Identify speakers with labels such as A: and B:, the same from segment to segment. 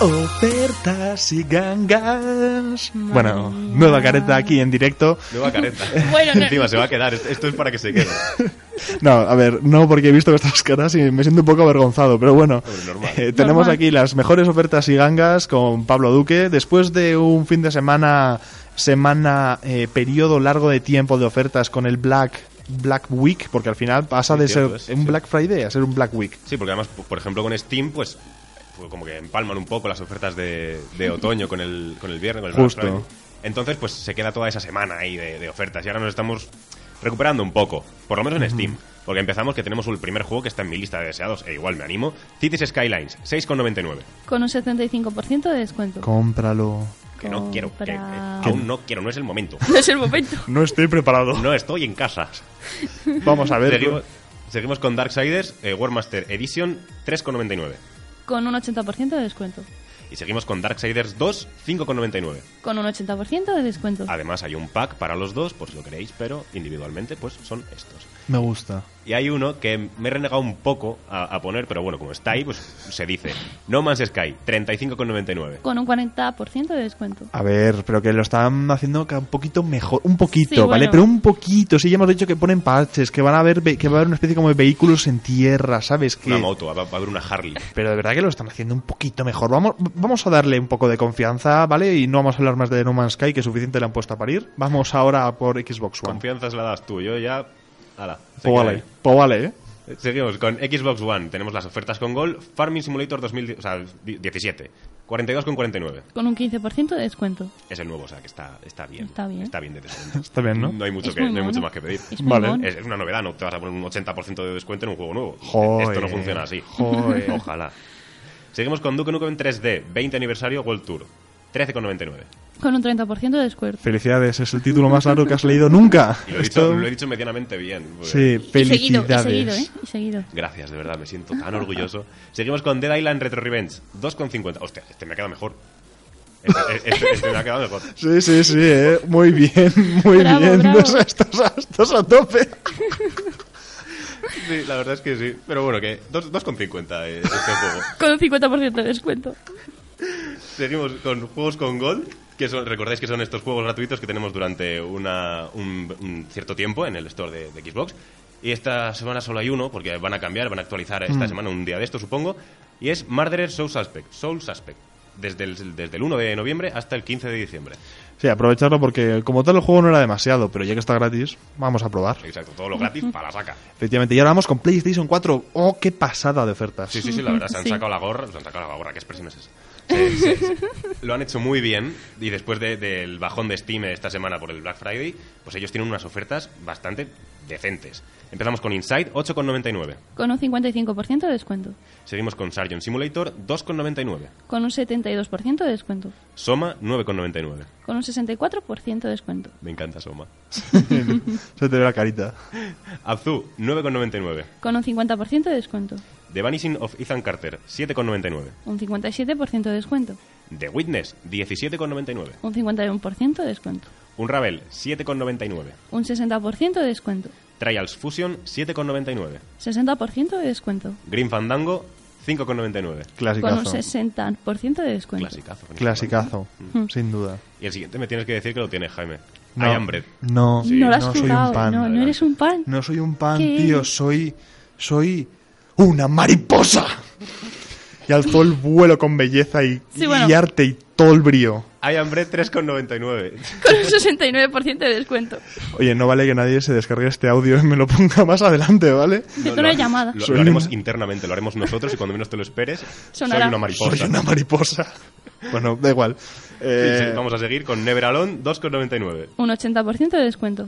A: Ofertas y gangas. Bueno, nueva careta aquí en directo.
B: Nueva careta.
C: Bueno, no-
B: Encima se va a quedar. Esto es para que se quede.
A: No, a ver, no porque he visto vuestras caras y me siento un poco avergonzado, pero bueno.
B: Hombre, normal.
A: Eh, tenemos
C: Normal.
A: aquí las mejores ofertas y gangas con Pablo Duque. Después de un fin de semana, semana, eh, periodo largo de tiempo de ofertas con el Black Black Week, porque al final pasa
B: Sí,
A: de ser
B: cierto, es,
A: un
B: sí.
A: Black Friday a ser un Black Week.
B: Sí, porque además, p- por ejemplo, con Steam, pues pues como que empalman un poco las ofertas de, de otoño con el, con el viernes, con el Black
A: Justo.
B: Friday. Entonces, pues se queda toda esa semana ahí de, de ofertas y ahora nos estamos recuperando un poco, por lo menos en Steam. Porque empezamos que tenemos el primer juego que está en mi lista de deseados, e igual me animo. Cities Skylines, 6,99.
C: Con un 75% de descuento.
A: Cómpralo.
B: Que no quiero, que, que
C: Compra-
B: aún no quiero, no es el momento.
C: No es el momento.
A: No estoy preparado.
B: No estoy en casa.
A: Vamos a ver.
B: Seguimos, seguimos con Darksiders, eh, Warmaster Edition, 3,99.
C: Con un 80% de descuento.
B: Y seguimos con Darksiders 2, 5,99.
C: Con un 80% de descuento.
B: Además hay un pack para los dos, pues lo queréis, pero individualmente pues son estos.
A: Me gusta.
B: Y hay uno que me he renegado un poco a, a poner, pero bueno, como está ahí, pues se dice. No Man's Sky, 35,99.
C: Con un 40% de descuento.
A: A ver, pero que lo están haciendo ca- un poquito mejor, un poquito,
C: Sí,
A: ¿vale?
C: bueno.
A: Pero un poquito, sí, ya hemos dicho que ponen parches, que van a haber ve- que va a haber una especie como de vehículos en tierra, ¿sabes? Que,
B: Una moto, va, va a haber una Harley.
A: pero de verdad que lo están haciendo un poquito mejor. Vamos, vamos a darle un poco de confianza, ¿vale? Y no vamos a hablar más de No Man's Sky, que suficiente le han puesto a parir. Vamos ahora a por Xbox One.
B: Confianzas la das tú, yo ya... Ala, se
A: Pues vale,
B: queda
A: pues vale, ¿eh?
B: ahí. Seguimos con Xbox One. Tenemos las ofertas con Gold. Farming Simulator 2017, o sea, di- 17. 42,49.
C: Con un 15% de descuento.
B: Es el nuevo, o sea, que está, está bien.
C: Está bien.
B: de descuento.
A: Está bien, ¿no?
B: No hay mucho,
C: Es
B: que,
C: muy
B: no hay mucho
C: mono.
B: más que pedir.
C: Es muy
A: Vale.
C: mono.
B: Es, es una novedad, no te vas a poner un 80% de descuento en un juego nuevo. E-,
A: Joder.
B: Esto no funciona así.
A: Joder.
B: Ojalá. Seguimos con Duke Nukem 3D, 20 aniversario World Tour, 13,99.
C: Con un 30% de descuento.
A: Felicidades, es el título más largo que has leído nunca.
B: Y lo he,
A: Esto-
B: dicho, eh. lo he dicho medianamente bien. porque-
A: Sí,
C: Y
A: felicidades.
C: seguido, y seguido, ¿eh? Y seguido.
B: Gracias, de verdad, me siento tan orgulloso. Seguimos con Dead Island Retro Revenge, 2,50. Hostia, este me ha quedado mejor. Este, este- este me ha quedado mejor.
A: Sí, sí, sí, ¿eh? muy bien, muy
C: Bravo,
A: bien.
C: bravo.
A: Estás, estás- estás a tope.
B: Sí, la verdad es que sí. Pero bueno, que 2, 2,50 eh, este juego.
C: Con un 50% de descuento.
B: Seguimos con juegos con Gold, que son, recordáis que son estos juegos gratuitos que tenemos durante una- un, un cierto tiempo en el store de, de Xbox. Y esta semana solo hay uno, porque van a cambiar, van a actualizar esta semana un día de esto, supongo. Y es Murderer Soul Suspect. Soul Suspect. Desde el, desde el 1 de noviembre hasta el 15 de diciembre.
A: Sí, aprovecharlo porque como tal el juego no era demasiado, pero ya que está gratis, vamos a probar.
B: Exacto, todo lo gratis para la saca.
A: Efectivamente, y ahora vamos con PlayStation 4. ¡Oh, qué pasada de ofertas!
B: Sí, sí, sí, la verdad, se han
C: Sí.
B: sacado la gorra. Se han sacado la gorra, qué expresión es esa. Se- se- se- lo han hecho muy bien y después de- del bajón de Steam esta semana por el Black Friday, pues ellos tienen unas ofertas bastante decentes. Empezamos con Inside, 8,99.
C: Con un 55% de descuento.
B: Seguimos con Sargent Simulator, 2,99.
C: Con un 72% de descuento.
B: Soma, 9,99.
C: Con un 64% de descuento.
B: Me encanta Soma.
A: Se te ve la carita.
B: Abzu, 9,99.
C: Con un 50% de descuento.
B: The Vanishing of Ethan Carter, 7,99.
C: Un 57% de descuento.
B: The Witness, 17,99.
C: Un 51% de descuento.
B: Unravel, 7,99.
C: Un 60% de descuento.
B: Trials Fusion, 7,99.
C: 60% de descuento.
B: Green Fandango, 5,99.
C: Con un
A: Clasicazo.
C: 60% de descuento.
B: Clasicazo. Green
A: Clasicazo, sin duda.
B: Fandango. Y el siguiente me tienes que decir que lo tiene Jaime.
A: No,
B: Hay hambre.
A: No,
B: Sí.
C: No lo has
A: no soy
C: jugado.
A: un pan.
C: no, no eres un pan.
A: No soy un pan,
C: ¿Qué
A: tío,
C: eres?
A: soy. soy. ¡Una mariposa! Y alzó el vuelo con belleza y,
C: Sí, bueno.
A: y arte y todo el brío.
B: I am Bread 3,99.
C: Con un 69% de descuento.
A: Oye, no vale que nadie se descargue este audio y me lo ponga más adelante, ¿vale?
B: No,
C: De tono
B: lo-
C: de llamada.
B: Lo,
A: Soy
B: lo haremos
A: un-
B: internamente, lo haremos nosotros y cuando menos te lo esperes,
C: Sonará.
B: soy una mariposa.
A: Soy una mariposa. Bueno, da igual. Eh,
B: Sí, sí, vamos a seguir con Never Alone 2,99.
C: Un 80% de descuento.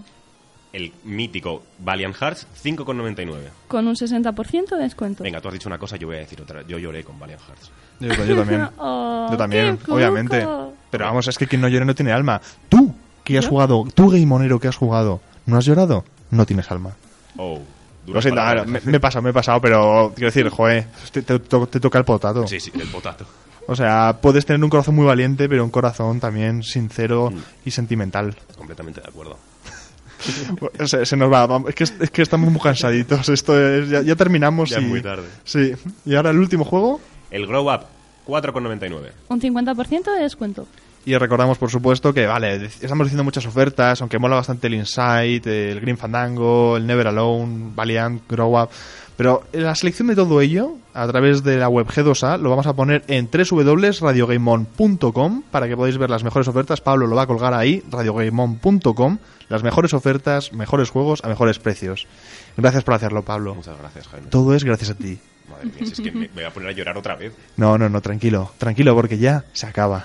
B: El mítico Valiant Hearts 5,99.
C: Con un 60% de descuento.
B: Venga, tú has dicho una cosa, yo voy a decir otra. Yo lloré con Valiant Hearts.
A: Yo, yo también.
C: Oh,
A: yo también,
C: qué cuco.
A: obviamente. Pero vamos, es que quien no llora no tiene alma. Tú, que has
C: ¿Yo?
A: jugado, tú, gay monero, que has jugado, ¿no has llorado? No tienes alma.
B: Oh,
A: Lo
B: duras
A: siento, ah,
B: palabras.
A: ahora, me, me he pasado, me he pasado, pero quiero decir, joder, te, te to- te toca el potato.
B: Sí, sí, el potato.
A: O sea, puedes tener un corazón muy valiente, pero un corazón también sincero y sentimental.
B: Completamente de acuerdo.
A: O sea, se nos va, vamos, es que, es que estamos muy cansaditos. Esto es, ya, ya terminamos.
B: Ya
A: y,
B: es muy tarde.
A: Sí, y ahora el último juego.
B: El Grow Up 4,99.
C: Un 50% de descuento.
A: Y recordamos, por supuesto, que vale, estamos diciendo muchas ofertas, aunque mola bastante el Insight, el Green Fandango, el Never Alone, Valiant, Grow Up. Pero la selección de todo ello, a través de la web G2A, lo vamos a poner en www.radiogameon.com para que podáis ver las mejores ofertas. Pablo lo va a colgar ahí, radiogameon.com. Las mejores ofertas, mejores juegos a mejores precios. Gracias por hacerlo, Pablo.
B: Muchas gracias, Jaime.
A: Todo es gracias a ti.
B: Madre mía, si es que me, me voy a poner a llorar otra vez.
A: No, no, no, tranquilo, tranquilo, porque ya se acaba.